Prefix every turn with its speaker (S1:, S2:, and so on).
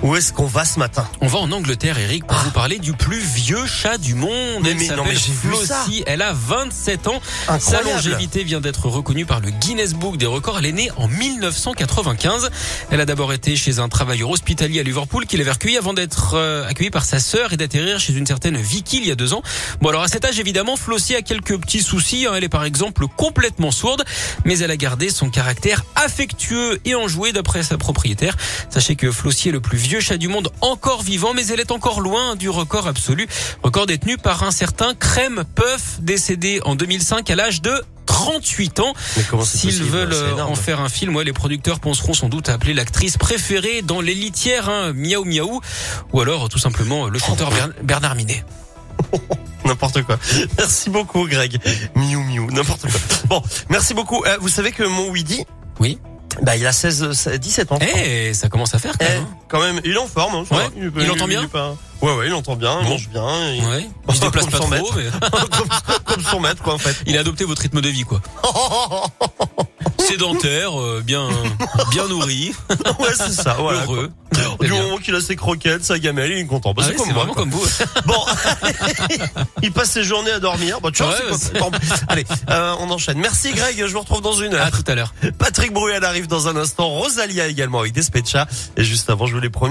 S1: Où est-ce qu'on va ce matin
S2: On va en Angleterre, Eric, pour vous parler du plus vieux chat du monde.
S1: Mais-
S2: elle
S1: mais- non,
S2: s'appelle
S1: mais j'ai vu ça.
S2: Flossie. Elle a 27 ans. Sa
S1: Incroyable.
S2: longévité vient d'être reconnue par le Guinness Book des records. Elle est née en 1995. Elle a d'abord été chez un travailleur hospitalier à Liverpool qui l'avait recueillie avant d'être euh, accueillie par sa sœur et d'atterrir chez une certaine Vicky il y a deux ans. Bon, alors à cet âge, évidemment, Flossie a quelques petits soucis. hein. Elle est par exemple complètement sourde, mais elle a gardé son caractère affectueux et enjoué d'après sa propriétaire. Sachez que Flossie est le plus vieux chat du monde encore vivant, mais elle est encore loin du record absolu. Record détenu par un certain Crème Puff, décédé en 2005 à l'âge de 38 ans.
S1: Mais comment c'est
S2: S'ils
S1: possible
S2: veulent
S1: C'est
S2: euh,
S1: énorme.
S2: en faire un film, ouais, les producteurs penseront sans doute à appeler l'actrice préférée dans les litières, hein, Miaou Miaou, ou alors euh, tout simplement euh, le
S1: Oh,
S2: chanteur Bern- Bernard Minet.
S1: N'importe quoi. Merci beaucoup, Greg. Miou miou, n'importe quoi. Bon, merci beaucoup. Euh, vous savez que mon Weedy,
S2: Oui.
S1: bah, il a 16, euh, 16, 17 ans.
S2: Eh, ça commence à faire quand
S1: Eh,
S2: même.
S1: quand même, il est en forme. hein, ça
S2: Ouais,
S1: va.
S2: il entend bien
S1: est pas- Ouais, ouais, il entend bien, il
S2: Bon.
S1: mange bien.
S2: hein.
S1: il-
S2: Ouais. Il se déplace
S1: Comme
S2: pas
S1: son
S2: trop, mais
S1: comme, comme son maître, quoi, en fait.
S2: il a adopté votre rythme de vie, quoi. Sédentaire, euh, bien, bien nourri,
S1: ouais, c'est ça, voilà. quoi.
S2: heureux. C'est
S1: Du
S2: bien.
S1: moment qu'il a ses croquettes, sa gamelle, il est content. Bah,
S2: Ah
S1: c'est
S2: ouais,
S1: comme
S2: c'est
S1: moi,
S2: vraiment
S1: quoi.
S2: comme vous.
S1: Bon, il passe ses journées à dormir. Bon, tu vois,
S2: Ouais,
S1: c'est
S2: bah,
S1: pas- tant pis. Allez, euh, on enchaîne. Merci Greg, je vous retrouve dans une
S2: À
S1: heure.
S2: tout à l'heure.
S1: Patrick Bruel arrive dans un instant. Rosalia également avec Despecha. Et juste avant, je vous les promis.